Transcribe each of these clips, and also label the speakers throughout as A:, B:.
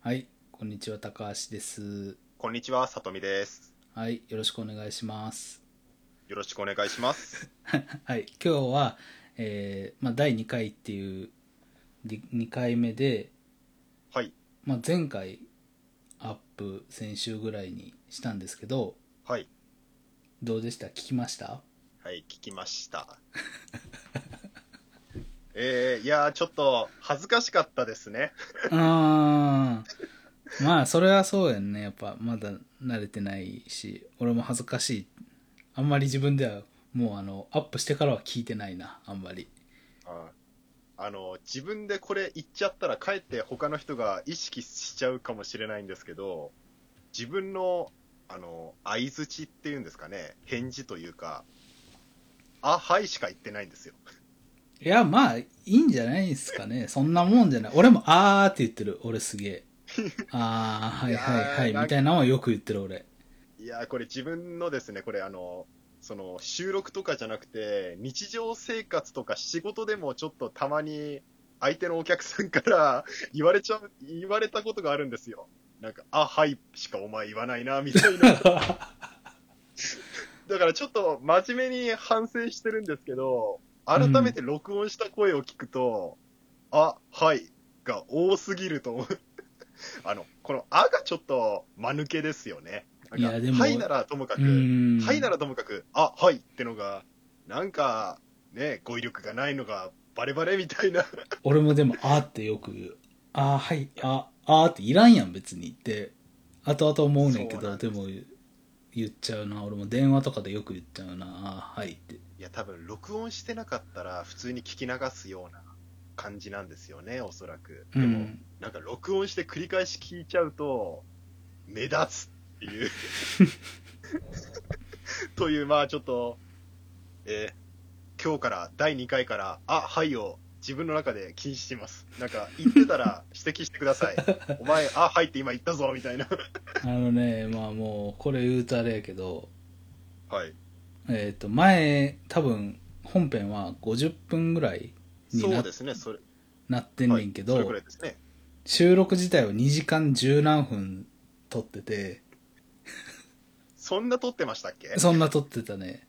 A: はい、こんにちは、高橋です。
B: こんにちは、さとみです。
A: はい、よろしくお願いします。
B: よろしくお願いします。
A: はい、今日は、えーまあ、第2回っていう、り2回目で、
B: はい、
A: まあ、前回、アップ、先週ぐらいにしたんですけど、
B: はい、
A: どうでした聞きました
B: はい、聞きました。えー、いやー、ちょっと恥ずかしかったですね。
A: あーまあそれはそうやんねやっぱまだ慣れてないし俺も恥ずかしいあんまり自分ではもうあのアップしてからは聞いてないなあんまり
B: ああの、自分でこれ言っちゃったら、かえって他の人が意識しちゃうかもしれないんですけど、自分の、あの、相づちっていうんですかね、返事というか、あ、はいしか言ってないんですよ。
A: いやまあいいんじゃないですかねそんなもんじゃない俺も「あー」って言ってる俺すげえあーはいはい
B: い
A: は
B: や
A: い
B: ー
A: みたいなのをよく言ってる俺
B: いやーこれ自分のですね、これあの、その収録とかじゃなくて、日常生活とか仕事でもちょっとたまに相手のお客さんから 言われちゃう、言われたことがあるんですよ。なんか、あ、はい、しかお前言わないな、みた いな。だからちょっと真面目に反省してるんですけど、改めて録音した声を聞くと、あ、はい、が多すぎると思う。 あの、このあがちょっと間抜けですよね。なんか
A: いやでも
B: はいならともか
A: う
B: く、
A: ーん
B: はいならともかく、あ、はいってのが、なんか、ね、語彙力がないのがバレバレみ たいな。
A: 俺もでも「あ」ってよく言う「あーはいああー」っていらんやん別にって後々思うねんけ
B: そう
A: ど
B: なん
A: で
B: です
A: も言っちゃうな俺も電話とかでよく言っちゃうな「あーはい」って
B: いや、多分録音してなかったら普通に聞き流すような感じなんですよね、おそらく。
A: う
B: でも、
A: ん
B: なんか録音して繰り返し聞いちゃうと、目立つって いう。という、まあちょっと、えー今日から、第2回から、あ、はいを自分の中で禁止します。なんか、言ってたら指摘してくだ さい。お前、あ、はいって今言ったぞ、みたいな。
A: あのねまあもうこれ言うとあれやけど
B: はい。
A: えっ、と前多分本編は50分ぐらいに
B: そ
A: な
B: うですね、それ。
A: なってんねんけど、
B: はいそれくらいですね。
A: 収録自体は2時間十何分撮ってて
B: そんな撮ってましたっけ
A: そんな撮ってたね。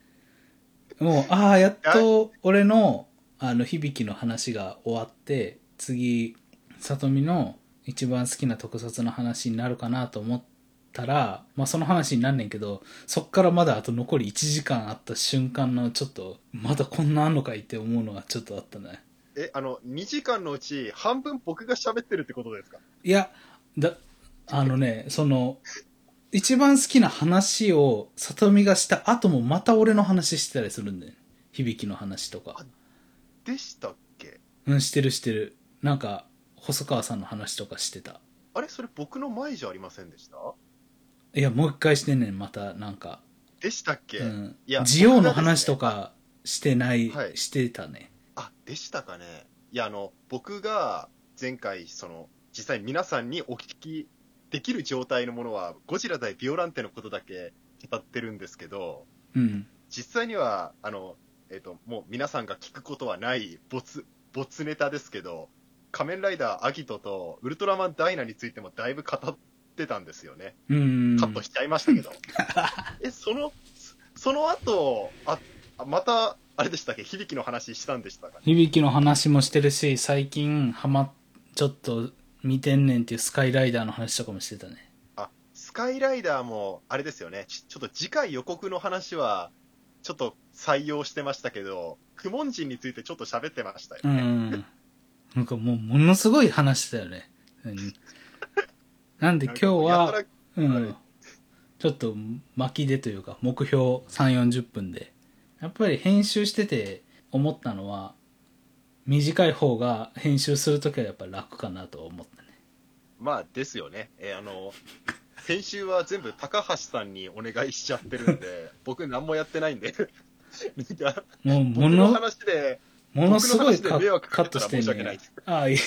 A: もう、ああ、やっと俺の、あの、響きの話が終わって、次、さとみの一番好きな特撮の話になるかなと思ったら、まあその話になんねんけど、そっからまだあと残り1時間あった瞬間のちょっと、まだこんなあんのかいって思うのがちょっとあったね。
B: え、あの、2時間のうち、半分僕が喋ってるってことですか
A: いや、だ、あのね、その、一番好きな話を、さとみがした後もまた俺の話してたりするんだよね。響きの話とか。
B: でしたっけ
A: うん、してるしてる。なんか、細川さんの話とかしてた。
B: あれそれ僕の前じゃありませんでした
A: いや、もう一回してんねん、また、なんか。
B: でしたっけ、
A: うん。
B: いや
A: ジオの話とかしてない、
B: はい
A: してたね。
B: あ、でしたかねいや、あの、僕が前回、その、実際皆さんにお聞きできる状態のものは、ゴジラ対ビオランテのことだけ語ってるんですけど、
A: うん。
B: 実際には、あの、えっ、と、もう皆さんが聞くことはない、没、没ネタですけど、仮面ライダーアギトとウルトラマンダイナについてもだいぶ語ってたんですよね。
A: うん。
B: カットしちゃいましたけ ど。え、その、そその後、あ、あまた、あれでしたっけ響きの話したんでしたかね
A: 響きの話もしてるし、最近、ハマ、ちょっと、見てんねんっていうスカイライダーの話とかもしてたね。
B: あ、スカイライダーも、あれですよね。ちちょっと次回予告の話は、ちょっと採用してましたけど、クモン人についてちょっと喋ってましたよ
A: う
B: ね。
A: ん。なんかもう、ものすごい話してたよね。うん。なんで
B: で
A: 今日
B: やた
A: は
B: ら、
A: う
B: は
A: ん
B: い、
A: ちょっと巻きでというか目標3 4 0分でやっぱり編集してて思ったのは短い方が編集するときはやっぱ楽かなと思ったね
B: まあ、ですよね。えーあの、先週は全部高橋さんにお願いしちゃってる んで、僕何もやってないんで。なんか、
A: もう
B: 僕
A: も
B: の
A: の
B: 話で、
A: ものすごい
B: 僕の
A: カ
B: 話で迷惑
A: カ
B: か
A: ッ
B: け
A: ト
B: た
A: し
B: ら
A: て
B: 申し
A: ん
B: 訳
A: ね
B: ない
A: んああいいい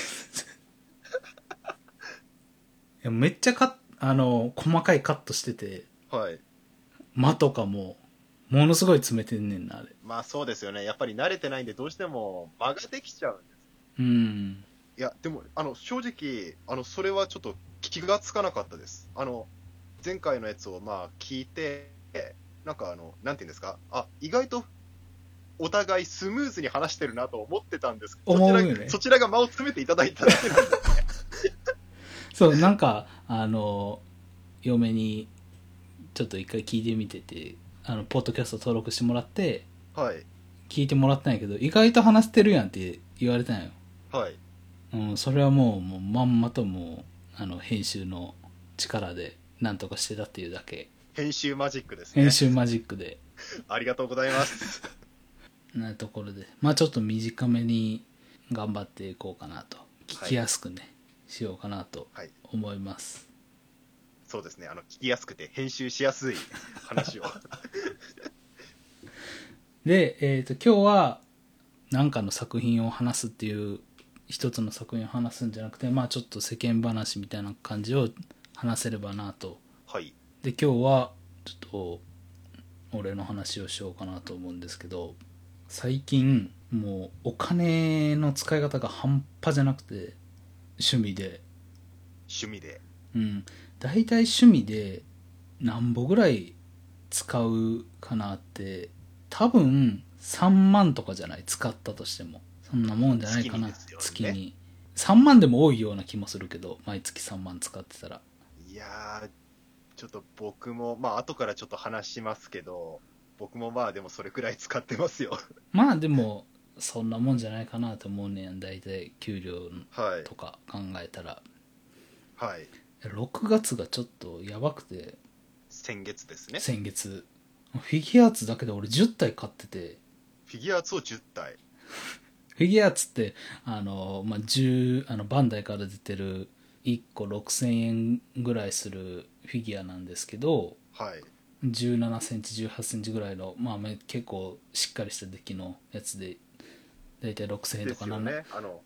A: やめっちゃカッあの細かいカットしてて
B: はい。
A: 間とかもものすごい詰めてんねんなあれ
B: まあそうですよね。やっぱり慣れてないんで、どうしても間ができちゃうんです。
A: うん
B: いや、でも、あの、正直、あの、それはちょっと聞気がつかなかったです。あの、前回のやつをまあ聞いて、なんかあの、なんていうんですか、あ、意外とお互いスムーズに話してるなと思ってたんですけど、
A: 思うよね
B: そちらそちらが間を詰めていただいただけなんで
A: そう、なんか、あの、嫁に、ちょっと一回聞いてみてて、あの、ポッドキャスト登録してもらって、
B: はい、
A: 聞いてもらったんやけど、意外と話してるやんって言われたんよ。
B: はい。
A: うん、それはもう、もうまんまともう、あの、編集の力で、なんとかしてたっていうだけ。
B: 編集マジックですね
A: 編。集マジックで、
B: ありがとうございます。
A: なところで。まあちょっと短めに頑張っていこうかなと。聞きやすくね、しようかなと
B: はい
A: 思います。
B: そうですね、あの、聞きやすくて編集しやすい話を。
A: で、えっ、と、今日は、何かの作品を話すっていう、一つの作品を話すんじゃなくて、まあちょっと世間話みたいな感じを話せればなと。
B: はい、
A: で、今日は、ちょっと、俺の話をしようかなと思うんですけど、最近、もう、お金の使い方が半端じゃなくて、趣味で、
B: 趣味で。
A: うん、大体趣味で何歩ぐらい使うかなって多分3万とかじゃない使ったとしてもそんなもんじゃないかな
B: 月にですよね
A: 月に,、3万でも多いような気もするけど毎月3万使ってたら
B: いやー、ちょっと僕も、まあ、後からちょっと話しますけど、僕もまあ、でもそれくらい使ってますよ。
A: まあでもそんなもんじゃないかなと思うねん大体給料
B: はい、
A: とか考えたら
B: はい。
A: 6月がちょっとやばくて
B: 先月ですね。
A: 先月フィギュアーツだけで俺10体買ってて
B: フィギュアーツを10体。
A: フィギュアーツって、あの、まあ、10あの、バンダイから出てる1個6000円ぐらいするフィギュアなんですけど、
B: はい、
A: 17センチ、18センチぐらいの、まあ、め結構しっかりした出来のやつで、だいたい6000円
B: で
A: とか
B: すよ
A: 7、
B: ね。あの、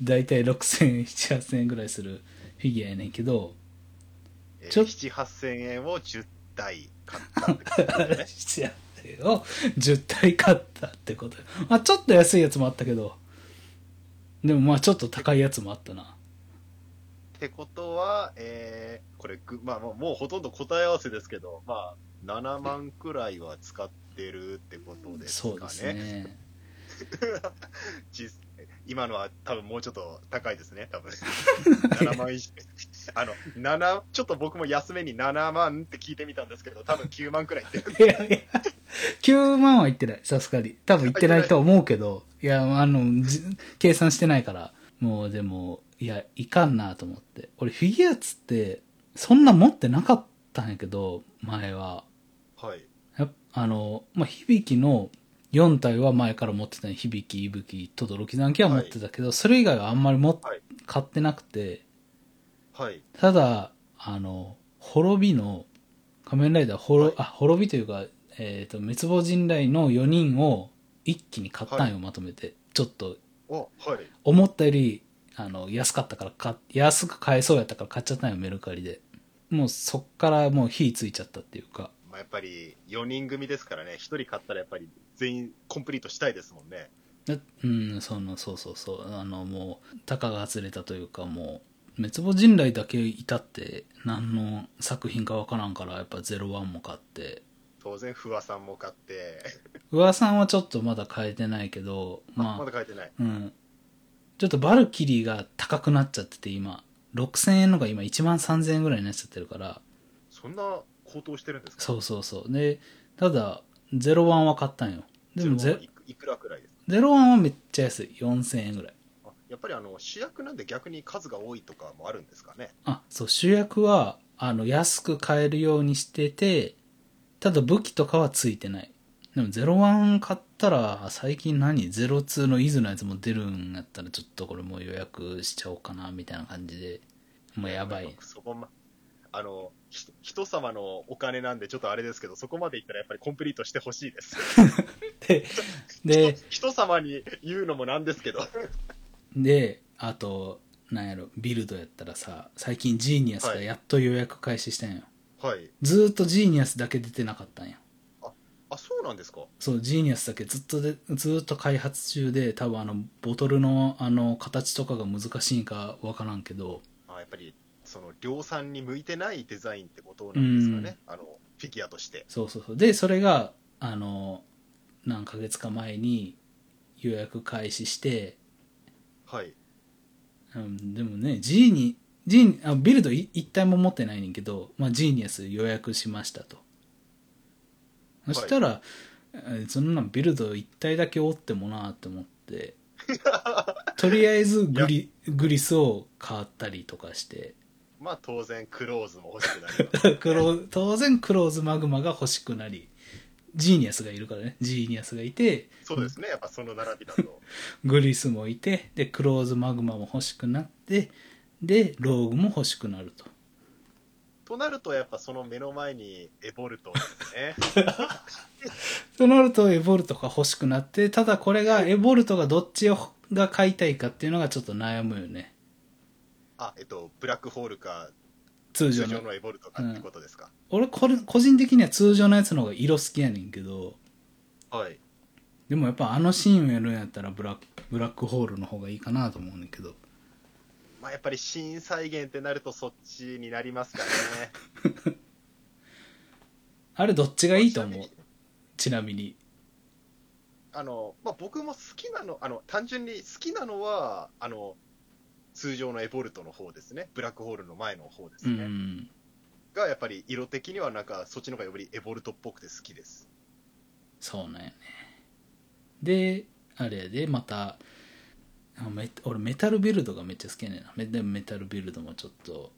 A: だいたい6000円、7、8000円ぐらいするフィギュアやねんけど、
B: えー、
A: ちょ
B: 7、8000円を10体買ったってことです ね。
A: 7 8000円を10体買ったってこと。まあ、ちょっと安いやつもあったけど、でもまあちょっと高いやつもあったな。
B: ってことは、えー、これ、ぐまあ、もうもうほとんど答え合わせですけど、まあ、7万くらいは使ってるってことですかね。
A: そうですね。
B: 実今のは多分もうちょっと高いですね、多 分7万以上。あの、7、ちょっと僕も安めに7万って聞いてみたんですけど、多分9万くらいって。
A: いやいや、9万は言ってない、さすがに。多分言ってないと思うけど、いや、あの、じ計算してないから、もうでも、いや、いかんなと思って。俺、フィギュアーツって、そんな持ってなかったんやけど、前は。
B: はい。
A: やっあの、まあ、響きの4体は前から持ってたんや響き、息吹、とどろき残機は持ってたけど、それ以外はあんまりも、
B: はい
A: 買ってなくて、
B: はい。
A: ただ、あの、滅びの、仮面ライダー滅、
B: はい
A: あ、滅びというか、えっ、と、滅亡人雷の4人を一気に買ったんよ、まとめて。ちょっと、
B: お、はい。
A: 思ったより、あの、安かったからか、安く買えそうやったから買っちゃったんよ、メルカリで。もうそっからもう火ついちゃったっていうか。
B: まあ、やっぱり4人組ですからね、1人買ったらやっぱり全員コンプリートしたいですもんね。
A: だうん、その、そうそうそう。あの、もう、たかが外れたというか、もう、滅亡人雷だけいたって、何の作品かわからんから、やっぱ01も買って、
B: 当然、不破さんも買って、
A: うわさんはちょっとまだ変えてないけど、まあ、
B: まだ買えてない。
A: うん。ちょっとバルキリーが高くなっちゃってて今、6000円のが今1万3000円ぐらいになっちゃってるから、
B: そんな高騰してるんですか
A: そうそうそう。で、ただ、01は買ったんよ。でも
B: ゼ
A: ゼ
B: ロはいくいくらくらいですか
A: 01はめっちゃ安い。4000円ぐらい。
B: あやっぱりあの主役なんで逆に数が多いとかもあるんですかね。
A: あ、そう、主役は、あの、安く買えるようにしてて、ただ武器とかはついてない。でも01買ったら、最近何 ?02 のイズのやつも出るんやったら、ちょっとこれもう予約しちゃおうかな、みたいな感じで。もうやばい。
B: そこま、あの、ひ人様のお金なんでちょっとあれですけど、そこまでいったらやっぱりコンプリートしてほしいです。
A: で、で、
B: 人様に言うのもなんですけど。
A: で、あと、なんやろ、ビルドやったらさ、最近ジーニアスがやっと予約開始したんよ。
B: はい。
A: ずーっとジーニアスだけ出てなかったんや。
B: あ、そうなんですか
A: そう、ジーニアスだけずっとで、ずーっと開発中で、多分あの、ボトルの、あの、形とかが難しいんかわからんけど、
B: あやっぱり、その量産に向いてないデザインってことなんですかね、あのフィギュアとして。
A: そうそうそう。で、それが、あの、何ヶ月か前に予約開始して、
B: はい、
A: うん、でもね、ジーニ、ジーニあビルドい一体も持ってないねんけど、まあ、ジーニアス予約しましたと。そしたら、えーそんなんビルド一体だけ折ってもなーって思って、とりあえずグリグリスを買ったりとかして、
B: まあ当然、クローズも欲しくなります。
A: クロー当然クローズマグマが欲しくなり、ジーニアスがいるからね、ジーニアスがいて、
B: そうですね、やっぱその並びだと。
A: グリスもいてでクローズマグマも欲しくなってでローグも欲しくなると
B: となると、やっぱその目の前にエボルトです ね。
A: となるとエボルトが欲しくなってただこれがエボルトがどっちをが買いたいかっていうのがちょっと悩むよね
B: あ、えっと、ブラックホールか、
A: 通
B: 通
A: 常
B: 常
A: の
B: のエボルトかってことですか。
A: 俺これ個人的には通常のやつの方が色好きやねんけど
B: はい。
A: でもやっぱあのシーンをやるんやったらブラックブラックホールの方がいいかなと思うねんけど
B: まあやっぱり新再現ってなるとそっちになりますかね。
A: あれどっちがいいと
B: ち
A: 思
B: な
A: う
B: みに
A: ちなみに
B: あの、まあ僕も好きなの、あの、単純に好きなのは、あの、通常のエボルトの方ですね。ブラックホールの前の方です
A: う
B: ね。
A: ん
B: が、やっぱり色的にはなんか、そっちの方がよりエボルトっぽくて好きです。
A: そうなんやねであれやでまたあめ俺メタルビルドがめっちゃ好きやねんなめでもメタルビルドもちょっと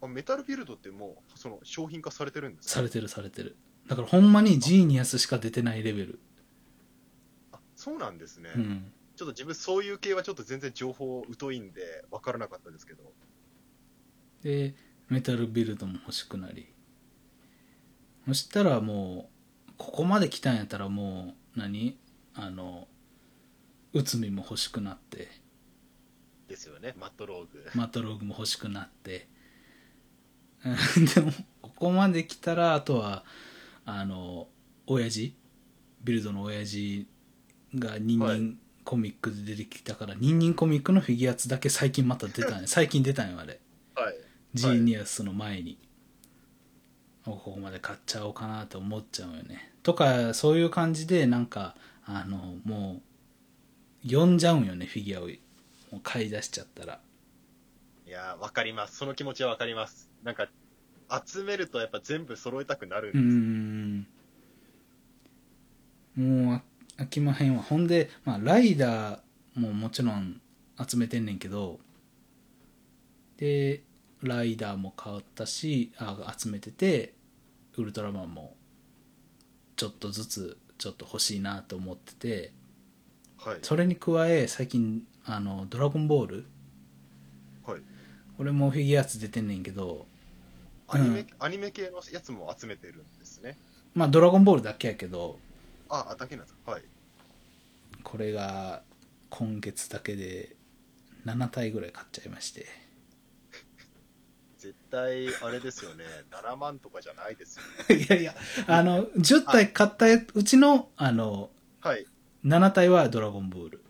B: あメタルビルドってもう、その、商品化されてるんです
A: さ
B: か
A: れてるされてるだからほんまにジーニアスしか出てないレベル
B: あそうなんですね。
A: うん
B: ちょっと自分そういう系はちょっと全然情報疎いんで分からなかったですけど、
A: でメタルビルドも欲しくなりそしたらもうここまで来たんやったらもう何あの内海も欲しくなって
B: ですよね、マットローグ。
A: マトローグも欲しくなって うんでもここまで来たらあとはあの親父ビルドの親父がニン
B: は
A: ニンコミックで出てきたから、ニンニンコミックのフィギュアツだけ最近また出た んや最近出たんよあれ
B: はい。
A: ジーニアスの前に、ここまで買っちゃおうかなと思っちゃうよねとかそういう感じでなんかあのもう呼んじゃうんよねフィギュアをもう買い出しちゃったら
B: いやー、分かります。その気持ちは分かります。なんか、集めるとやっぱ全部揃えたくなるん
A: う
B: で
A: ー
B: す。
A: んもうあ飽きまへんわほんで、まあ、ライダーももちろん集めてんねんけどでライダーも買ったしあ集めててウルトラマンもちょっとずつちょっと欲しいなと思ってて
B: はい。
A: それに加え最近あの「ドラゴンボール
B: はい。」
A: これもフィギュアツ出てんねんけど
B: アニメ、
A: うん
B: アニメ系のやつも集めてるんですね。
A: まあ「ドラゴンボール」だけやけど
B: あ、あだけなんですか。はい。
A: これが今月だけで7体ぐらい買っちゃいまして
B: 絶対、あれですよね。7万 とかじゃないですよね。
A: いやいやあの10体買ったうちのあの
B: はい。
A: 7体は「ドラゴンボール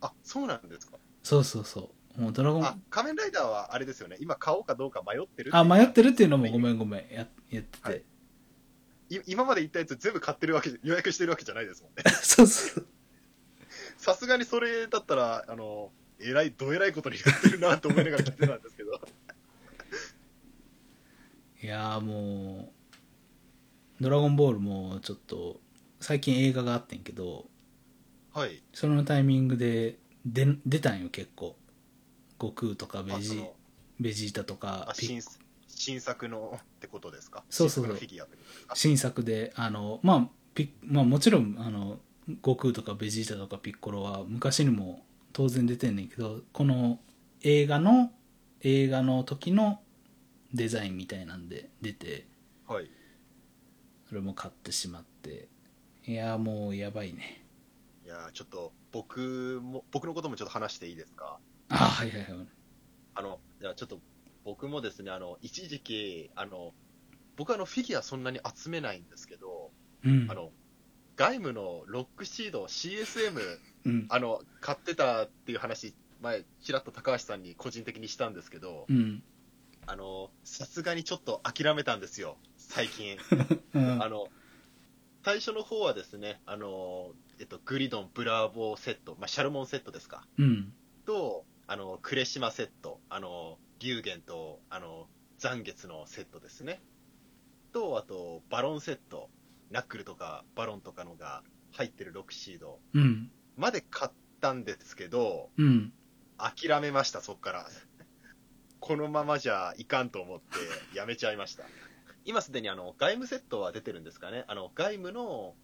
B: あ、そうなんですか。」
A: そうそうそうもう「ドラゴン
B: あ、仮面ライダーはあれですよね。今買おうかどうか迷ってる
A: あ迷ってるっていうのもご
B: ん。
A: めんごめんややってて、
B: はいい今まで言ったやつ全部買ってるわけじゃ、予約してるわけじゃないですもんね。
A: そうそう
B: さすがにそれだったら、あの、えらい、どえらいことになってるなと思いながら聞いてたんですけど。
A: いやーもう「ドラゴンボール」もちょっと最近映画があってんけど
B: はい。
A: そのタイミングでで出たんよ結構悟空とかベ
B: あそ
A: ジ
B: の
A: ベジータとか
B: あ
A: ピッ
B: 新新作のってことですか
A: そうそうそう
B: 新作のフィギュアってことですか
A: 新作であの、まあピまあ、もちろんあの悟空とかベジータとかピッコロは昔にも当然出てんねんけどこの映画の映画の時のデザインみたいなんで出て
B: はい。
A: それも買ってしまっていやもうやばいね
B: いやーちょっと、僕も、僕のこともちょっと話していいですか
A: あはいはいはい
B: あの、いや、ちょっと、僕もですね、あの、一時期、あの、僕はあの、フィギュアそんなに集めないんですけど、
A: うん
B: あの、外務のロックシード CSM、
A: うん
B: あの、買ってたっていう話、前、ちらっと高橋さんに個人的にしたんですけど、
A: うん。
B: あの、さすがにちょっと諦めたんですよ、最近。
A: うん
B: あの、最初の方はですね、あの、えっと、グリドン、ブラボーセット、まあ、シャルモンセットですか、
A: うん。
B: と、あの、クレシマセット、あの、龍玄と、あの、残月のセットですね。と、あと、バロンセット、ナックルとかバロンとかのが入ってる6シード
A: うん。
B: まで買ったんですけど、
A: うん。
B: 諦めました、そっから。このままじゃいかんと思って、やめちゃいました。今すでにあの外務セットは出てるんですかね、あの外務の、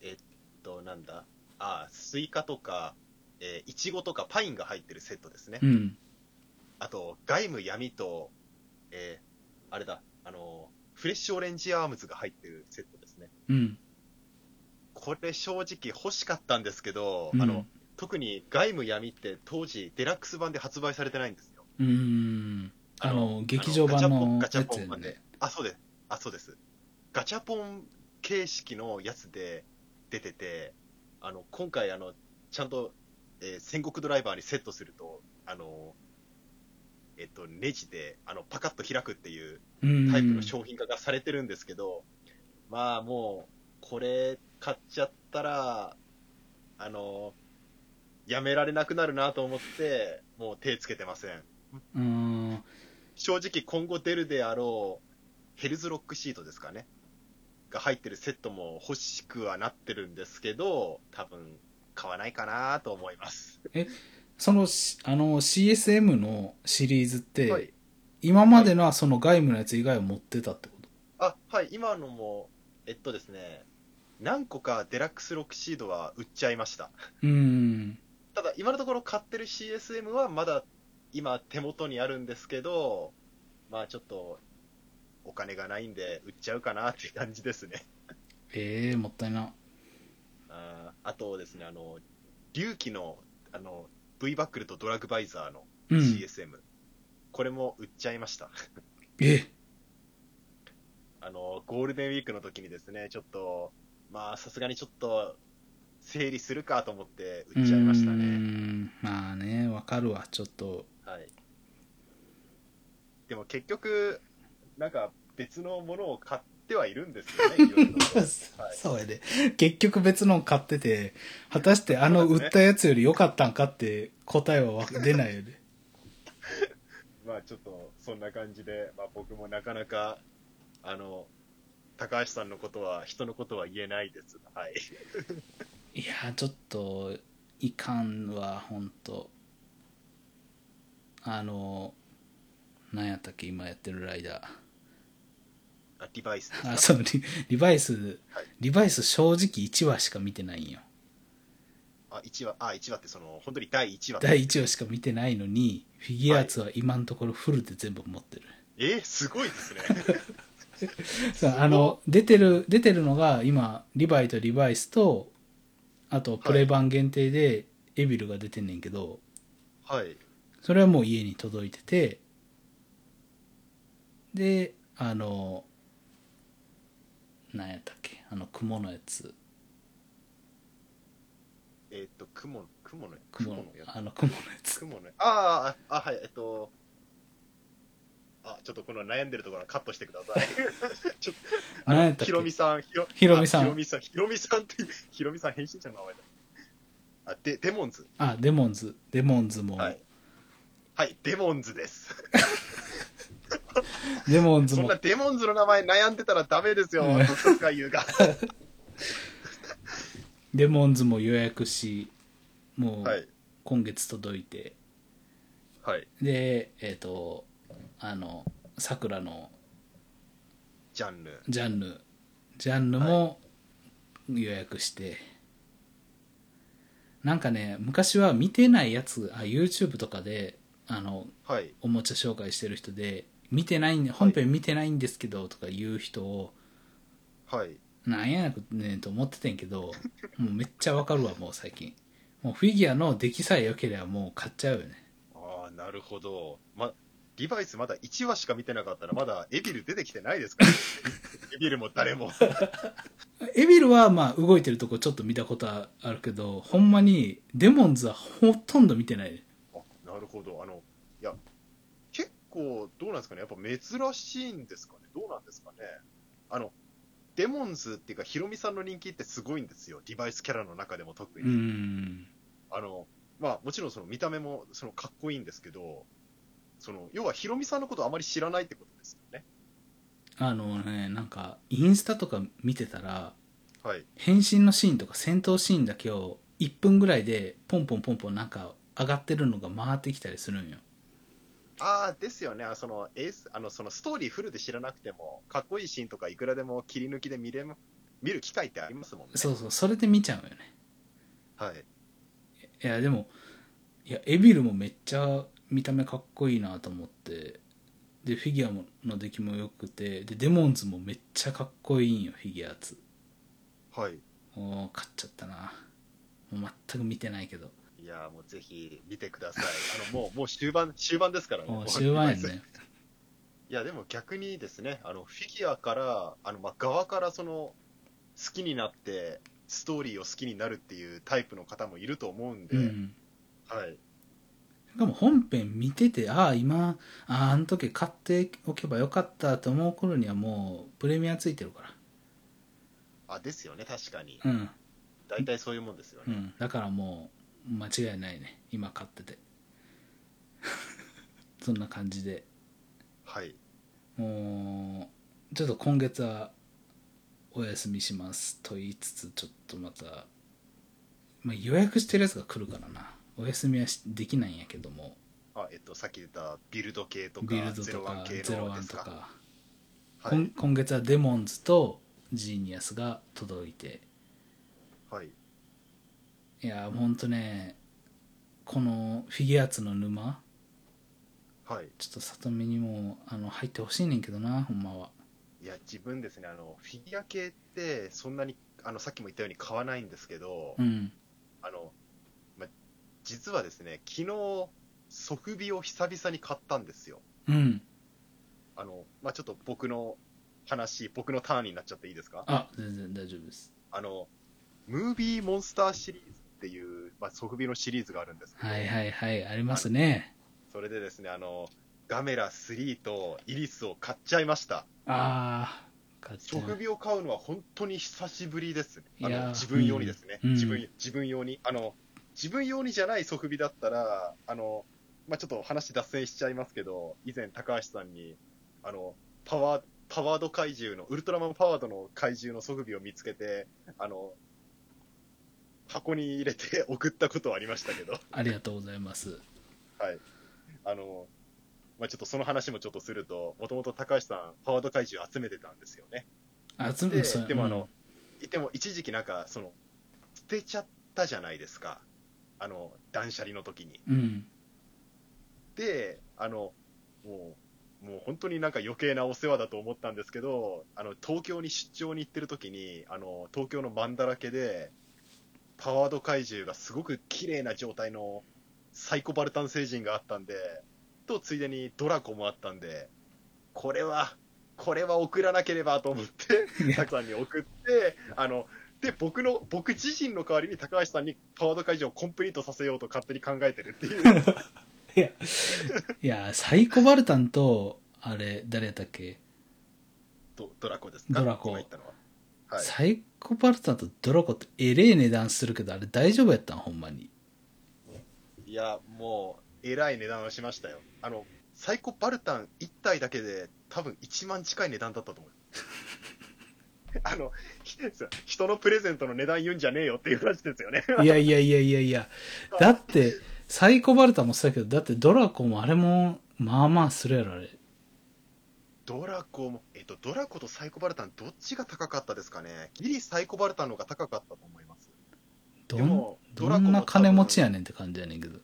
B: えっと、なんだ、あスイカとか、えー、いちごとかパインが入ってるセットですね
A: う。ん。
B: あと、外務闇と、えーあれだ、あの、フレッシュオレンジアームズが入ってるセットですね。
A: うん。
B: これ正直欲しかったんですけど、
A: うん
B: あの、特に外務闇って当時デラックス版で発売されてないんですよ。
A: うん。あの、劇場版のや
B: ガ
A: つ
B: チャポンガチャポン
A: や
B: 版で
A: ね。
B: あ、そうです。あ、そうです。ガチャポン形式のやつで出てて、あの、今回、あの、ちゃんと、えー戦国ドライバーにセットすると、あの、えっと、ネジで、あの、パカッと開くっていう
A: うん。
B: タイプの商品化がされてるんですけど、まあ、もう、これ買っちゃったら、あの、やめられなくなるなと思って、もう手つけてません。
A: うん。
B: 正直今後出るであろうヘルズロックシートですかねが入ってるセットも欲しくはなってるんですけど多分買わないかなと思います
A: その、しあの、CSM のシリーズって、
B: はい
A: 今までのはその外務のやつ以外を持ってたってこと
B: あはい今のもえっとですね何個かデラックスロックシードは売っちゃいました
A: うん。
B: ただ今のところ買ってる CSM はまだ今手元にあるんですけどまあちょっとお金がないんで売っちゃうかなって感じですね
A: ええもったいな。
B: あーあとですね、あの、隆起の、あの、V バックルとドラッグバイザーの
A: うん。
B: CSM、これも売っちゃいました。
A: え、
B: あの、ゴールデンウィークの時にですね、ちょっと、まあ、さすがにちょっと、整理するかと思って売っちゃいました
A: う
B: ね。
A: ん。まあね、わかるわ、ちょっと。
B: はい。でも結局、なんか別のものを買ってはいるんですよね、いろいろとはい
A: そうやで。結局別のを買ってて、果たしてあの売ったやつより良かったんかって答えはわ出ないよね。
B: まあちょっとそんな感じで、まあ、僕もなかなかあの高橋さんのことは人のことは言えないです。はい。
A: いやーちょっといかんわほんとあの何やったっけ今やってるライダ
B: あデバイスです
A: ー
B: か
A: あそうリリバイス
B: はい
A: リバイス正直1話しか見てないんよ
B: あ一話あ一話ってその本当に第一話。
A: 第1話しか見てないのにフィギュアーツは今のところフルで全部持ってる、
B: えーすごいで すね。
A: そうあの出てる出てるのが今リバイとリバイスとあとプレイ版限定でエビルが出てんねんけど、
B: はい。
A: それはもう家に届いててであの何やったっけあの雲のやつ
B: えーっと雲の雲の
A: 雲
B: 雲
A: の
B: のや
A: あの雲のやつ
B: 雲のあーああはいえっと。あ、ちょっとこの悩んでるところはカットしてください。ちょっと、あ
A: 何や
B: の
A: ったっけ
B: ひろみさん、ひろ
A: ひろみさん
B: あひろみさん、ひろみさんって、ひろみさん変身者の名前だ。あ、で、デモンズ。
A: あデモンズデモンズも、
B: はい。はい、デモンズです。
A: デモンズ
B: そん
A: も
B: なデモンズの名前悩んでたらダメですよ、
A: うん
B: どっちか言うが。
A: デモンズも予約しも
B: は
A: う
B: い。
A: 今月届いて、
B: はい。
A: でえっ、とあのさくらの
B: ジャンル。
A: ジャンヌジャンヌも予約して、なんかね昔は見てないやつあ YouTube とかであの
B: はい。
A: おもちゃ紹介してる人で見てないんで本編見てないんですけどとか言う人を、
B: はい。
A: なんやなくねんと思っててんけどもうめっちゃわかるわもう最近もうフィギュアの出来さえ良ければもう買っちゃうよね
B: ああ、なるほど。ま、リバイスまだ1話しか見てなかったら、まだエビル出てきてないですから、エビルも誰も。
A: エビルはまあ動いてるとこちょっと見たことはあるけどほんまにデモンズはほとんど見てないね
B: あほど。あの、いや、結構、どうなんですかね。やっぱ珍しいんですかね。どうなんですかね。あの、デモンズっていうか、ヒロミさんの人気ってすごいんですよ。デバイスキャラの中でも特に。
A: うん。
B: あの、まあ、もちろんその見た目も、その、かっこいいんですけど、その、要はヒロミさんのことあまり知らないってことですよね。
A: あのね、なんか、インスタとか見てたら、
B: はい。
A: 変身のシーンとか戦闘シーンだけを1分ぐらいでポンポンポンポンなんか上がってるのが回ってきたりするんよ。
B: ああ、ですよね。あその、エース、あの、そのストーリーフルで知らなくても、かっこいいシーンとかいくらでも切り抜きで見れま、見る機会ってありますもんね。
A: そうそう、それで見ちゃうよね。
B: はい。
A: いや、でも、いや、エビルもめっちゃ見た目かっこいいなと思って、で、フィギュアの出来も良くて、で、デモンズもめっちゃかっこいいんよ、フィギュアーツ。
B: はい。
A: おー、買っちゃったな。もう全く見てないけど。
B: いやーもうぜひ見てください。あの、もう、もう終盤、終盤ですからね。
A: も
B: も
A: う
B: う
A: 終盤や。ね。
B: いや、でも逆にですね、あの、フィギュアから、あの、まあ、側からその、好きになって、ストーリーを好きになるっていうタイプの方もいると思うんで、
A: うん。
B: はい。
A: しかも本編見てて、ああ、今、ああ、あの時買っておけばよかったと思う頃にはもうプレミアついてるか
B: あ、ですよね、確かに。
A: ら。うん。
B: 大体そういうもんですよ
A: う
B: ね。
A: ん。だからもう、間違いないね。今買ってて。 そんな感じで。
B: はい。
A: もう、ちょっと今月はお休みしますと言いつつ、ちょっとまた、まあ、予約してるやつが来るからな。お休みはしできないんやけども、
B: あ、えっと、さっき言ったビルド系とか、
A: ビルド
B: ゼ
A: と
B: ロワ
A: か
B: ン、系
A: ゼロ
B: の
A: ワ
B: で
A: ン
B: す
A: と
B: か。
A: か、
B: は
A: こん
B: い。
A: 今月はデモンズとジーニアスが届いて
B: はい。
A: いやーほんとねこのフィギュアーツの沼
B: はい。
A: ちょっと里見にもあの入ってほしいねんけどなほんまはい
B: や、自分ですね、あの、フィギュア系って、そんなに、あの、さっきも言ったように買わないんですけど、
A: うん
B: あの、ま、実はですね、昨日、ソフビを久々に買ったんですよ。
A: うん
B: あの、まあ、ちょっと僕の話、僕のターンになっちゃっていいですか
A: あ全然大丈夫です
B: あの、ムービーモンスターシリーズっていう、まあ、ソフビのシリーズがあるんですけど、
A: はいはいはいありますね
B: それでですね、あの、ガメラ3とイリスを買っちゃいました。
A: ああ買っちゃ
B: ソフ
A: う
B: ビを買うのは本当に久しぶりです。あ
A: いやー
B: の自分用にですね、
A: うん
B: 自
A: う
B: 分
A: ん。
B: 自分用に。あの、自分用にじゃないソフビだったら、あの、まあ、ちょっと話脱線しちゃいますけど、以前高橋さんに、あの、パワー、パワード怪獣の、ウルトラマンパワードの怪獣のソフビを見つけて、あの、箱に入れて 送ったことはありましたけど、
A: ありがとうございます
B: あの、まあ、ちょっとその話もちょっとすると、もともと高橋さん、パワード怪獣集めてたんですよね。
A: あつ
B: で
A: そう
B: でもあ
A: うん
B: の、でも一時期なんか、その、捨てちゃったじゃないですか。あの、断捨離の時に。
A: うん
B: で、あの、もう、もう本当になんか余計なお世話だと思ったんですけど、あの、東京に出張に行ってる時に、あの、東京のマンだらけで、パワード怪獣がすごく綺麗な状態のサイコバルタン星人があったんで、と、ついでにドラコもあったんで、これは、これは送らなければと思って、
A: いや
B: 高橋さんに送って、あの、で、僕の、僕自身の代わりに高橋さんにパワード会場をコンプリートさせようと勝手に考えてるっていう。
A: いやサイコバルタンとあれ誰やったっけ
B: ドドラコですか
A: ドラコ
B: 今言ったのは。はい。
A: サイコパルタとドラコってえれえ値段するけどあれ大丈夫やったんほんま に
B: いや、もう、えらい値段をしましたよ。あの、サイコバルタン1体だけで、多分1万近い値段だったと 思う。あの、ひ人のプレゼントの値段言うんじゃねえよっていう話ですよね。
A: いやいやいやいやいやだってサイコバルタもそうやけどだってドラコもあれもまあまあするやろあれ
B: ドラコも、えっと、ドラコとサイコバルタン、どっちが高かったですかね。ギリサイコバルタンの方が高かったと思います。
A: ど
B: で
A: ん
B: もド
A: ど
B: ラコも
A: んな金持ちやねんって感じやねんけど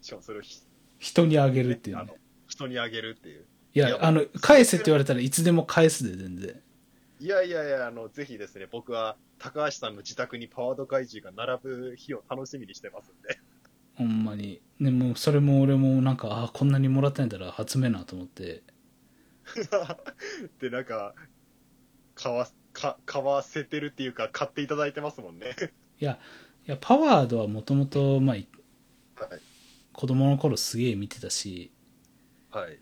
B: しかもそれをひ
A: 人にあげるっていう
B: あ
A: ね
B: の人にあげるっていう。
A: いや
B: いや
A: あの返せって言われたらいつでも返すで全然
B: いやいやいや、あの、ぜひですね、僕は高橋さんの自宅にパワード怪獣が並ぶ日を楽しみにしてますんで。
A: ほんまにでもうそれも俺もなんかああこんなにもらったんやったら集めなと思って
B: で、なん か、買わ、か、買わせてるっていうか、買っていただいてますもんね。
A: いやパワードはもともとまあい
B: はい。
A: 子供の頃すげえ見てたし、
B: はい。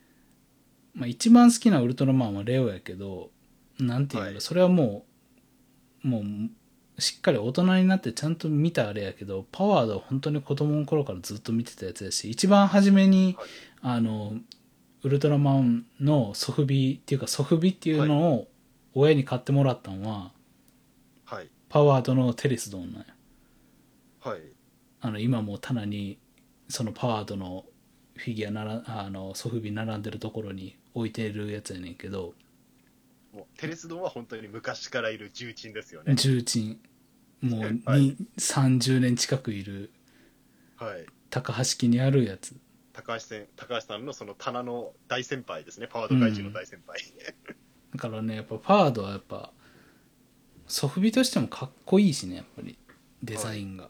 A: まあ、一番好きなウルトラマンはレオやけどなんていうんだろう、
B: はい
A: それはもうもうしっかり大人になってちゃんと見たあれやけどパワードは本当に子供の頃からずっと見てたやつやし一番初めに、
B: はい
A: あのウルトラマンのソフビっていうかソフビっていうのを親に買ってもらったのは、
B: はい。
A: パワードのテレスドンなんや
B: はい。
A: あの今もう棚にそのパワードのフィギュアならあのソフビ並んでるところに置いてるやつやねんけど、
B: もう、テレスドンは本当に昔からいる重鎮ですよね。
A: 重鎮もうに、
B: はい
A: 30年近くいる
B: はい。
A: 高橋家にあるやつ
B: 高橋せん高橋さんのその棚の大先輩ですね。パワード怪獣の大先輩。
A: だからねやっぱパワードはやっぱソフビとしてもかっこいいしねやっぱりデザインが、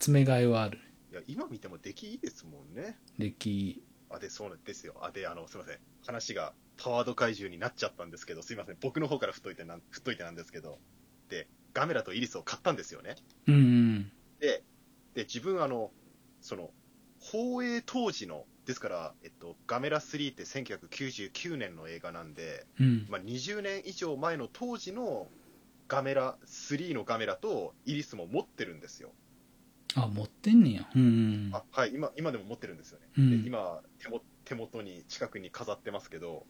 A: 集めがいはある
B: いや、今見ても出来いいですもんね。
A: 歴
B: あ、で、そうなんですよ。あ、で、あの、すいません。話がパワード怪獣になっちゃったんですけど、すいません。僕の方から振っといてなん、振っといてなんですけど、で、ガメラとイリスを買ったんですよね。
A: うんうん
B: で、で、自分、あの、その、放映当時の、ですから、えっと、ガメラ3って1999年の映画なんで、
A: うん
B: まあ、20年以上前の当時のガメラ、3のガメラとイリスも持ってるんですよ。
A: あ持ってんねやうん
B: あ、はい、今、今でも持ってるんですよね。
A: う
B: で
A: ん
B: 今手も手元に近くに飾ってますけど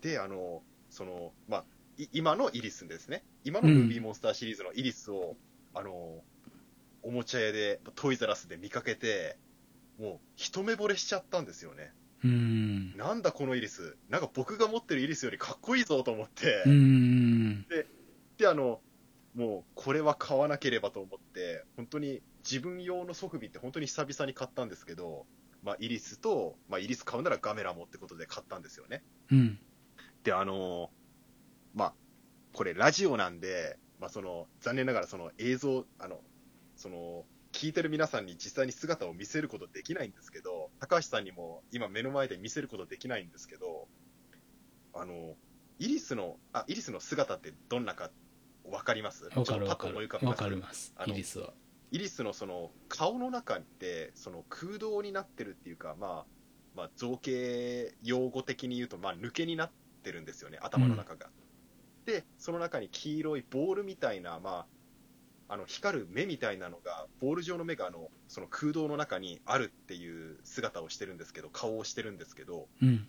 B: であのそのまあい今のイリスですね今の
A: うん
B: ムービーモンスターシリーズのイリスを、あのおもちゃ屋でトイザラスで見かけてもう一目惚れしちゃったんですよね
A: うん
B: なんだこのイリスなんか僕が持ってるイリスよりかっこいいぞと思って、
A: うんうん
B: であのもうこれは買わなければと思って本当に自分用のソフビって本当に久々に買ったんですけど、まあ、イリスと、まあ、イリス買うならガメラもってことで買ったんですよね
A: うん
B: であのまあこれラジオなんで、まあ、その残念ながらその映像あのその聞いてる皆さんに実際に姿を見せることできないんですけど高橋さんにも今目の前で見せることできないんですけどあのイリスのあイリスの姿ってどんなか分かります
A: わか
B: ちょ
A: る
B: っとパ
A: わ
B: ッと
A: か
B: 思い
A: る
B: 浮かび
A: わ
B: ます
A: かります
B: あ
A: イ
B: の
A: リスは
B: イリスのその顔の中ってその空洞になってるっていうか、まあまあ、造形用語的に言うと、まあ、抜けになってるんですよね、頭の中が。で、その中に黄色いボールみたいな、まあ、あの光る目みたいなのが、ボール状の目があのその空洞の中にあるっていう姿をしてるんですけど、顔をしてるんですけど、
A: うん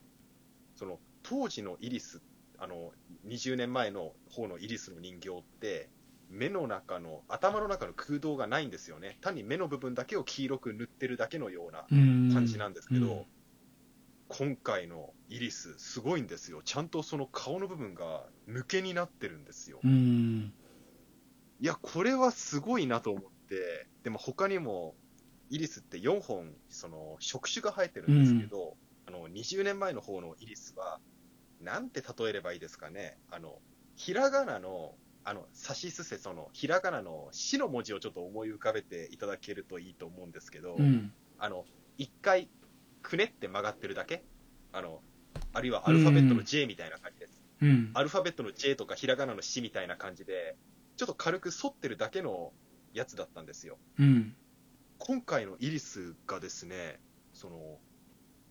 B: その当時のイリスあの20年前の方のイリスの人形って目の中の頭の中の空洞がないんですよね単に目の部分だけを黄色く塗ってるだけのような
A: うん
B: 感じなんですけど、
A: うん
B: 今回のイリスすごいんですよちゃんとその顔の部分が抜けになってるんですよ、
A: うん
B: いやこれはすごいなと思ってでも他にもイリスって4本その触手が生えてるんですけど、あの20年前の方のイリスはなんて例えればいいですかねあのひらがなのあの差しすせそのひらがなの「し」の文字をちょっと思い浮かべていただけるといいと思うんですけど、
A: うん
B: あの1回くねって曲がってるだけあのあるいはアルファベットの J みたいな感じです。
A: うん
B: アルファベットの J とかひらがなの「し」みたいな感じで、ちょっと軽く反ってるだけのやつだったんですよ。
A: うん
B: 今回のイリスがですね、その、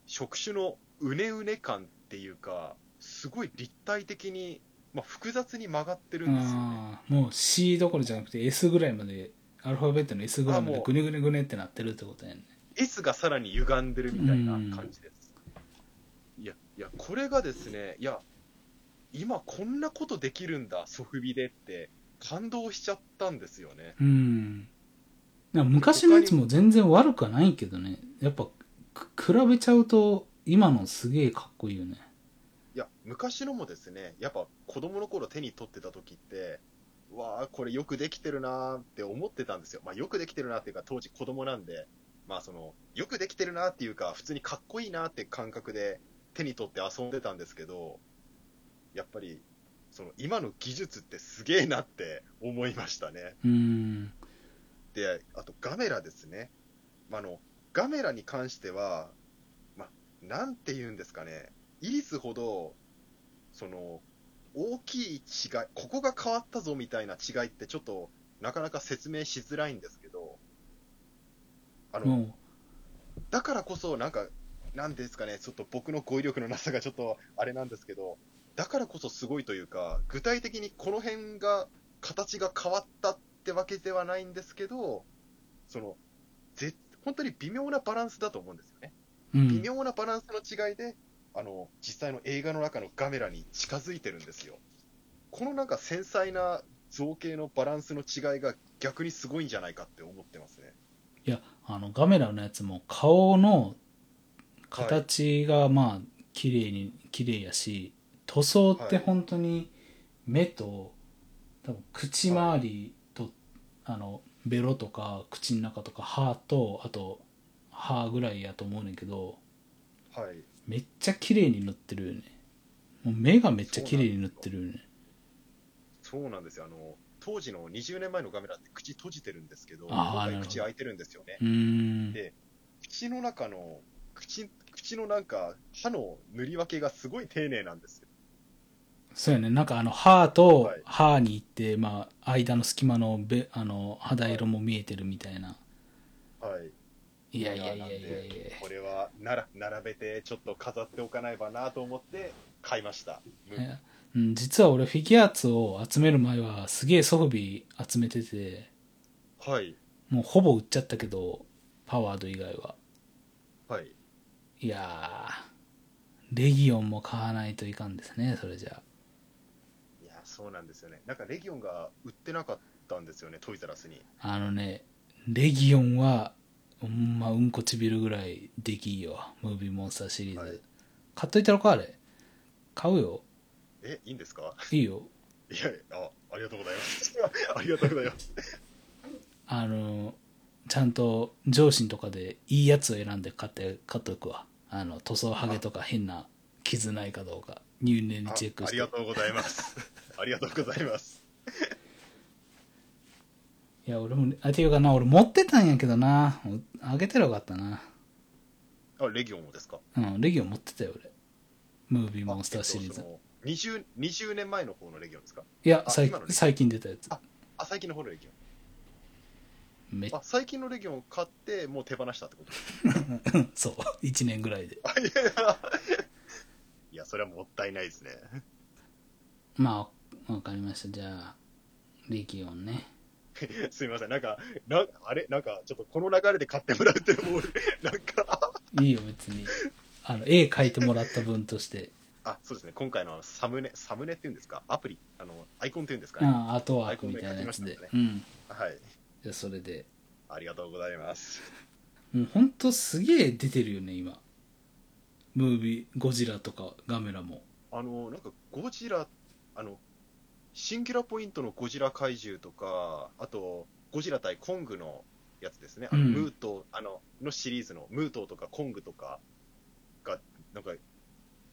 B: 触手のうねうね感っていうか、すごい立体的に、まあ、複雑に曲がってるんですよね。
A: ああもう C どころじゃなくて S ぐらいまでアルファベットの S ぐらいま
B: あ
A: で
B: もう
A: グネグネグネってなってるってことやね
B: S がさらに歪んでるみたいな感じです。いや、いや、これがですね、いや、今こんなことできるんだ、ソフビでって、感動しちゃったんですよね。
A: うんなんか昔のやつも全然悪くはないけどねやっぱく比べちゃうと今のすげえかっこいいよね
B: いや、昔のもですね、やっぱ子供の頃手に取ってた時って、うわあ、これよくできてるなーって思ってたんですよ。まあよくできてるなっていうか、当時子供なんで、まあその、よくできてるなっていうか、普通にかっこいいなって感覚で手に取って遊んでたんですけど、やっぱり、その今の技術ってすげえなって思いましたね。
A: うん
B: で、あとガメラですね。まあ、あの、ガメラに関しては、まあ、なんて言うんですかね。イリスほど、その、大きい違い、ここが変わったぞみたいな違いってちょっとなかなか説明しづらいんですけど、あの、
A: もう
B: だからこそ、なんか、なんですかね、ちょっと僕の語彙力のなさがちょっとあれなんですけど、だからこそすごいというか、具体的にこの辺が、形が変わったってわけではないんですけど、その、ぜ本当に微妙なバランスだと思うんですよね。
A: うん
B: 微妙なバランスの違いで、あの実際の映画の中のガメラに近づいてるんですよ。このなんか繊細な造形のバランスの違いが逆にすごいんじゃないかって思ってますね。
A: いやあのガメラのやつも顔の形がまあ綺麗に綺麗やし塗装って本当に目と多分口周りと、あのベロとか口の中とか歯とあと歯ぐらいやと思うねんけど
B: はい。
A: めっちゃ綺麗に塗ってるよねもう目がめっちゃ綺麗に塗ってるよね
B: そうなんですよ。あの当時の20年前のガメラって口閉じてるんですけど、
A: あーな
B: 今
A: る
B: 回
A: ほど
B: 口開いてるんですよね。
A: うーん
B: で口の中の口口のなんか歯の塗り分けがすごい丁寧なんですよ。
A: そうやねなんかあの歯と
B: はい
A: 歯に行って、まあ間の隙間のべあの肌色も見えてるみたいな、
B: はい。
A: いやいやいやいやい
B: な
A: や
B: んでこれはなら並べてちょっと飾っておかないばなと思って買いました。
A: いやうん、実は俺フィギュアーツを集める前はすげえソフビ集めてて
B: はい。
A: もうほぼ売っちゃったけどパワード以外は
B: はい。
A: いやーレギオンも買わないといかんですねそれじゃ
B: いや、そうなんですよね。なんかレギオンが売ってなかったんですよね、トイザラスに。
A: ああのねレギオンはほんまうんこちびるぐらいできいよムービーモンスターシリーズ、
B: はい
A: 買っといたのかあれ買うよ
B: え、いいんですか
A: いいよ
B: いや、あ、ありがとうございます。 ありがとうございます。
A: あのちゃんと上司とかでいいやつを選んで買って買っとくわあの塗装ハゲとか変な傷ないかどうか入念に
B: あ
A: チェック
B: あ
A: して
B: りがとうございます。 ありがとうございます。
A: いや俺もあていうかな俺持ってたんやけどなもうあげてらよかったな
B: あ、レギオンもですか
A: うんレギオン持ってたよ俺ムービーモンスターシリーズ、
B: あえっとその 20, 20年前の方のレギオンですか
A: いや
B: あ
A: 最
B: 今のね
A: 最近出たやつ
B: ああ、最近の方のレギオン。
A: めっ
B: あ、最近のレギオンを買って、もう手放したっ てことですか
A: そう1 年ぐらいで
B: あいやいや、それはもったいないですね。
A: まあわかりましたじゃあレギオンね
B: すいません、なんか、なあれ、なんか、ちょっとこの流れで買ってもらうって、も う、なんか、
A: いいよ別にあの絵描いてもらった分として
B: あ、そうですね、今回のサムネ、サムネっていうんですか、アプリ、あの、アイコンっていうんですか
A: う
B: ね。
A: ん、アートワークみたいなやつで。
B: アイコンで書き
A: う
B: まし
A: ん。
B: はい。
A: じゃあそれで。
B: ありがとうございます。
A: もうほんとすげえ出てるよね、今。ムービー、ゴジラとかガメラも。
B: あの、なんか、ゴジラ、あの、シンギュラポイントのゴジラ怪獣とか、あと、ゴジラ対コングのやつですね、あの、
A: うん
B: ムート、あの、のシリーズの、ムートとかコングとかが、なんか、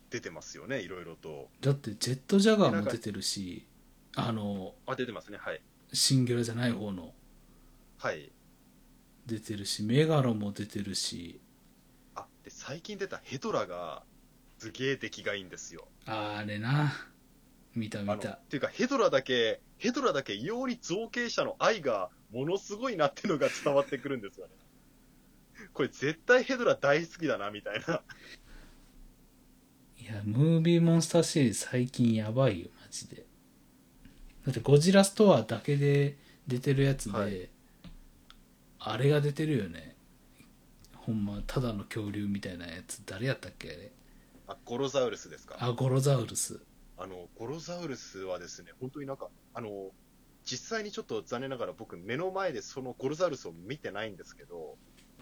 B: 出てますよね、いろいろと。
A: だってジェットジャガーも出てるし、あの、
B: あ、出てますね、はい。
A: シンギュラじゃない方の
B: はい。
A: 出てるし、メガロも出てるし、
B: あで最近出たヘトラがすげえ出来がいいんですよ。
A: あれな。見た
B: あ
A: 見
B: の
A: た。
B: ていうかヘトラだけヘトラだけ異様に造形者の愛がものすごいなってのが伝わってくるんです よね。これ絶対ヘトラ大好きだなみたいな。
A: いや、ムービーモンスターシリーズ最近やばいよ、マジで。だってゴジラストアだけで出てるやつで、
B: はい
A: あれが出てるよね。ほんま、ただの恐竜みたいなやつ、誰やったっけあれ。
B: あゴロザウルスですか。あ
A: あ、ゴロザウルス。
B: のゴロザウルスはですね本当になんかあの実際にちょっと残念ながら僕目の前でそのゴロザウルスを見てないんですけど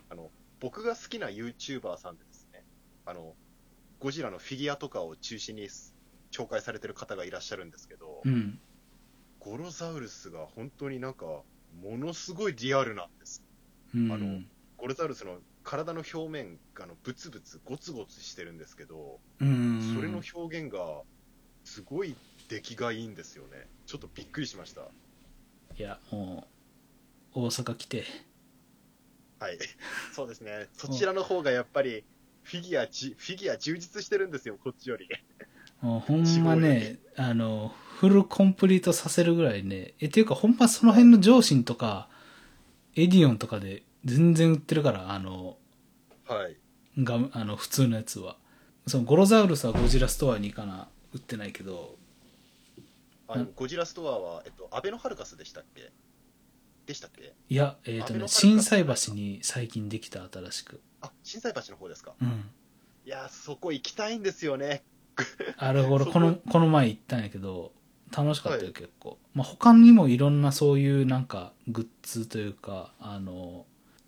B: あの僕が好きな YouTuber さんでですねあのゴジラのフィギュアとかを中心に紹介されてる方がいらっしゃるんですけど、
A: うん。
B: ゴロザウルスが本当になんかものすごいリアルなんです
A: うん。
B: あのゴロザウルスの体の表面があのブツブツゴツゴツしてるんですけど
A: うん。
B: それの表現がすごい出来がいいんですよねちょっとびっくりしました
A: いや、もう、大阪来て。
B: はい そうですねそちらの方がやっぱりフィギュアじフィギュア充実してるんですよこっちより
A: もうほんまね、あの、フルコンプリートさせるぐらいね、え、っていうかほんまその辺の上信とか、エディオンとかで全然売ってるから、あの、
B: はい。
A: があの普通のやつはそのゴロザウルスはゴジラストアに行かな売ってないけど
B: あの、ゴジラストアは、えっと、アベノハルカスでしたっけでしたっけ
A: いやえっ、と
B: アベ
A: ね
B: ノハルカス
A: 心斎橋に最近できた新しく
B: あ、心斎橋の方ですか。
A: うん
B: いやー、そこ行きたいんですよね。
A: あれ俺
B: そこ
A: このこの前行ったんやけど楽しかったよ、結構、まあ、他にもいろんなそういうなんかグッズというかあの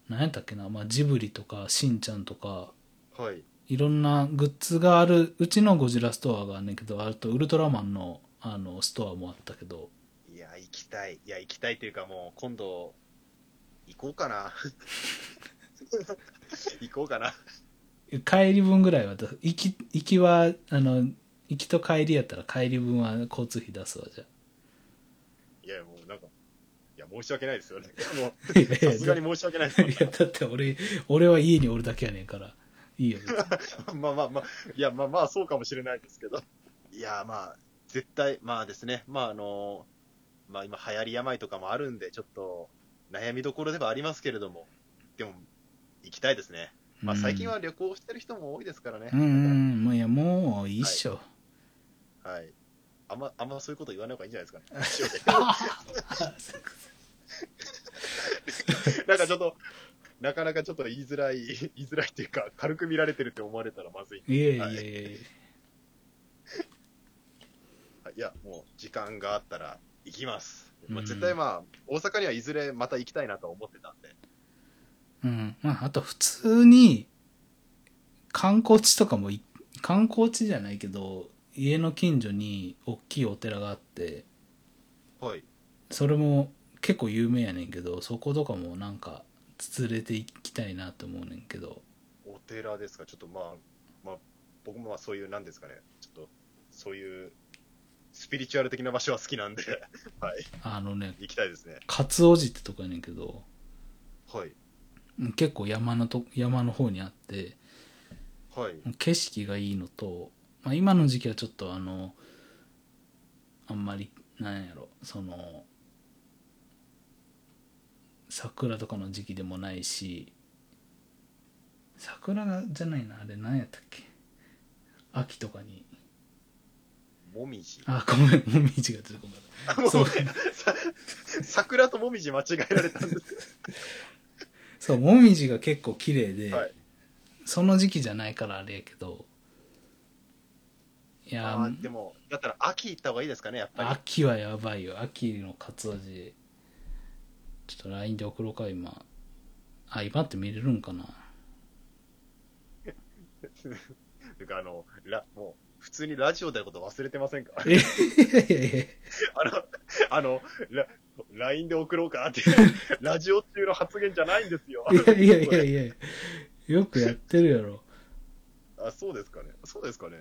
A: 何やったっけな、まあ、ジブリとかしんちゃんとか
B: はい。
A: いろんなグッズがあるうちのゴジラストアがあんねんけどあとウルトラマンのあのストアもあったけど
B: いや、行きたい。いや、行きたいというか、もう、今度、行こう かな。行こうかな。
A: 帰り分ぐらいは出す行き行きはあの行きと帰りやったら帰り分は交通費出すわじゃ
B: いや、もう、なんか、いや、申し訳ないですよね。もう、
A: あいや いや
B: さすがに申し訳ないです
A: いやだって俺俺は家におるだけやねんからいいよ
B: まあまあまあ、いや、まあまあ、そうかもしれないですけど。いや、まあ、絶対、まあですね、まああの、まあ今流行り病とかもあるんで、ちょっと悩みどころではありますけれども、でも、行きたいですね。 まあ最近は旅行してる人も多いですからね。
A: うんうんもういやもういいっしょ、
B: はい。あんま、あんまそういうこと言わない方がいいんじゃないですかね。 なんかちょっと、なかなかちょっと言いづらい、 言いづらいっていうか、軽く見られてるって思われたらまずい。
A: いやいやいやいや
B: はいいや、もう時間があったら行きます。ま
A: うん
B: あ、絶対まあ、大阪にはいずれまた行きたいなと思ってたんで。
A: うんまああと普通に観光地とかもい観光地じゃないけど家の近所に大きいお寺があって
B: はい。
A: それも結構有名やねんけどそことかもなんか連れて行きたいなと思うねんけど
B: お寺ですか、ちょっとまあ、まあ、僕もまあそういう、なんですかね、ちょっと、そういう、スピリチュアル的な場所は好きなんで、 はい、
A: あのね
B: 行きたいですね。
A: 勝王寺ってとこやねんけど
B: はい。
A: うん結構山のと山の方にあって
B: はい。
A: 景色がいいのと、まあ、今の時期はちょっとあのあんまりなんやろその桜とかの時期でもないし桜がじゃないなあれ何やったっけ秋とかに
B: もみじ。
A: あごめんもみじが出てこなかっ
B: あもう
A: そう
B: さ桜ともみじ間違えられたんです。
A: たそうもみじが結構綺麗で、
B: はい
A: その時期じゃないからあれやけどいや
B: あーでも、だったら秋行った方がいいですかね、やっぱり。
A: 秋はやばいよ秋の活字ちょっと LINE で送ろうか今あ今って見れるん かな
B: ていうか、あの、ラもう、普通にラジオでのこと忘れてませんか
A: えいやいやいや
B: あの、あの、ラ LINE で送ろうかって、 ラジオ中の発言じゃないんですよ。
A: いやいやいやいやよくやってるやろ
B: あ、そうですかね。そうですかね。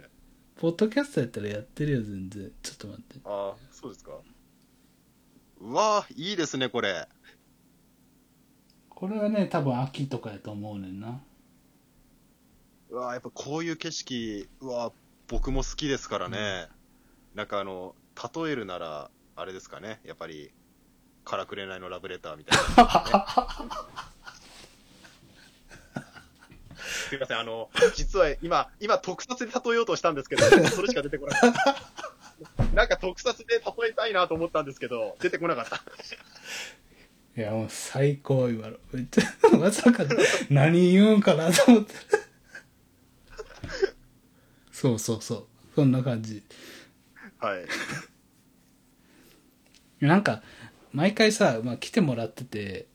A: ポッドキャストやったらやってるよ全然ちょっと待って
B: あそうですか。うわいいですね、これ。
A: これはね多分秋とかやと思うねんな
B: うわやっぱこういう景色、うわ僕も好きですからね。なんかあの、例えるなら、あれですかね。やっぱり、からくれないのラブレター みたいな、すいません、あの、実は今、今特撮で例えようとしたんですけど、それしか出てこなかった。 なんか特撮で例えたいなと思ったんですけど、出てこなかった。
A: いやもう最高今のめっちゃまさか何言うんかなと思ってそうそうそうそんな感じ
B: はい。
A: なんか、毎回さ、まあ、来てもらってて、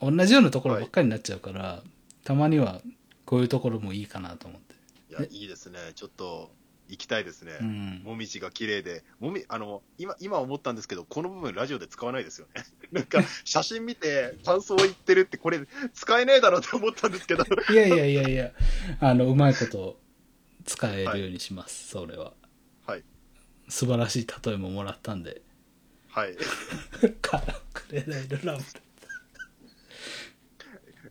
A: 同じようなところばっかりになっちゃうから、たまにはこういうところもいいかなと思って。
B: いや、いいですね。ちょっと、行きたいですね。
A: うん
B: もみじが綺麗で、もみ、あの、今、今思ったんですけど、この部分ラジオで使わないですよね。 なんか、写真見て感想を言ってるって、これ、使えねえだろうって思った んですけど、
A: いやいやいやいや、あの、うまいこと使えるようにします、それは。
B: はい。
A: 素晴らしい例えももらったん で。
B: はい。
A: からくれないのラブ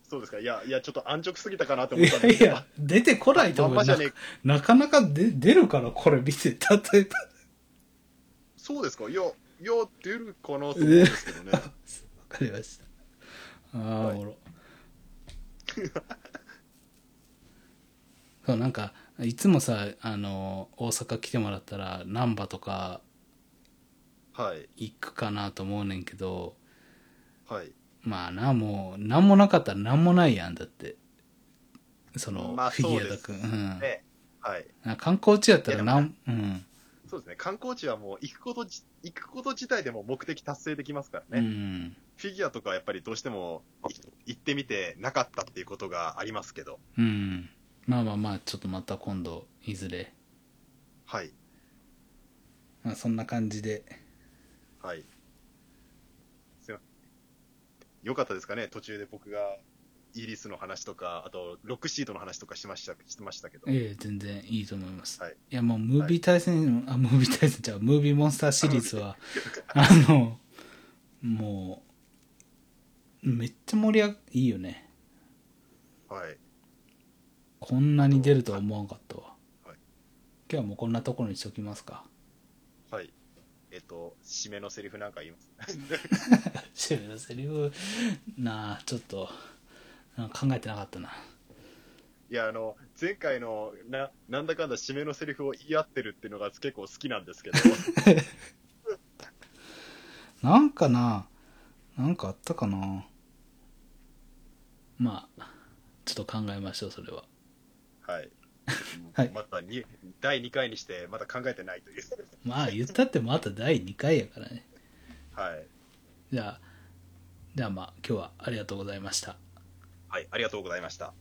B: そうですか。いや、いや、ちょっと安直すぎたかなと
A: い
B: 思ったん
A: や
B: です
A: い
B: けど。
A: や、出てこないと思う
B: まんまじゃ
A: な
B: ねえ
A: なかなか出出るから、これ見て、例えば。
B: そうですか。いや、いや、出るかなと思うんですけどね。
A: わかりました。ああ、おもろ。 そうなんかいつもさあの大阪来てもらったら難波とか
B: はい、
A: 行くかなと思うねんけど
B: はい。
A: まあなもう何もなかったら何もないやんだってその、
B: まあ
A: フィギュアだく
B: そ
A: ん、
B: う
A: う
B: です
A: ん
B: ね、はい。
A: なんか観光地やったらないんうん、
B: そうですね、観光地はもう行くことじ、行くこと自体でも目的達成できますから
A: う
B: ね。
A: ん
B: フィギュアとかはやっぱりどうしてもい行ってみてなかったっていうことがありますけど、
A: うんまあまあまあちょっとまた今度いずれ、
B: はい、
A: まあ、そんな感じで
B: はい。すいません。よかったですかね、途中で僕がイギリスの話とか、あとロックシートの話とかしました、してましたけど。
A: ええ全然いいと思います、
B: はい
A: い、やもうムービー対戦、あムービー対戦じゃうムービーモンスターシリーズ はあのもうめっちゃ盛り上がいいよね
B: はい。
A: こんなに出るとは思わんかったわ、
B: はい
A: 今日はもうこんなところにしときますか
B: はい。えっ、と、締めのセリフなんか言います。
A: 締めのセリフなあちょっとなんか考えてなかったない
B: や、あの、前回の、な、なんだかんだ締めのセリフを言い合ってるっていうのが結構好きなんです けど、
A: なんかななんかあったかなまあちょっと考えましょうそれは
B: はい。
A: はい
B: またに、第2回にして、まだ考えてないという。
A: まあ言ったってまた第2回やからね
B: はい。
A: じゃあじゃあまあ今日はありがとうございました
B: はい、ありがとうございました。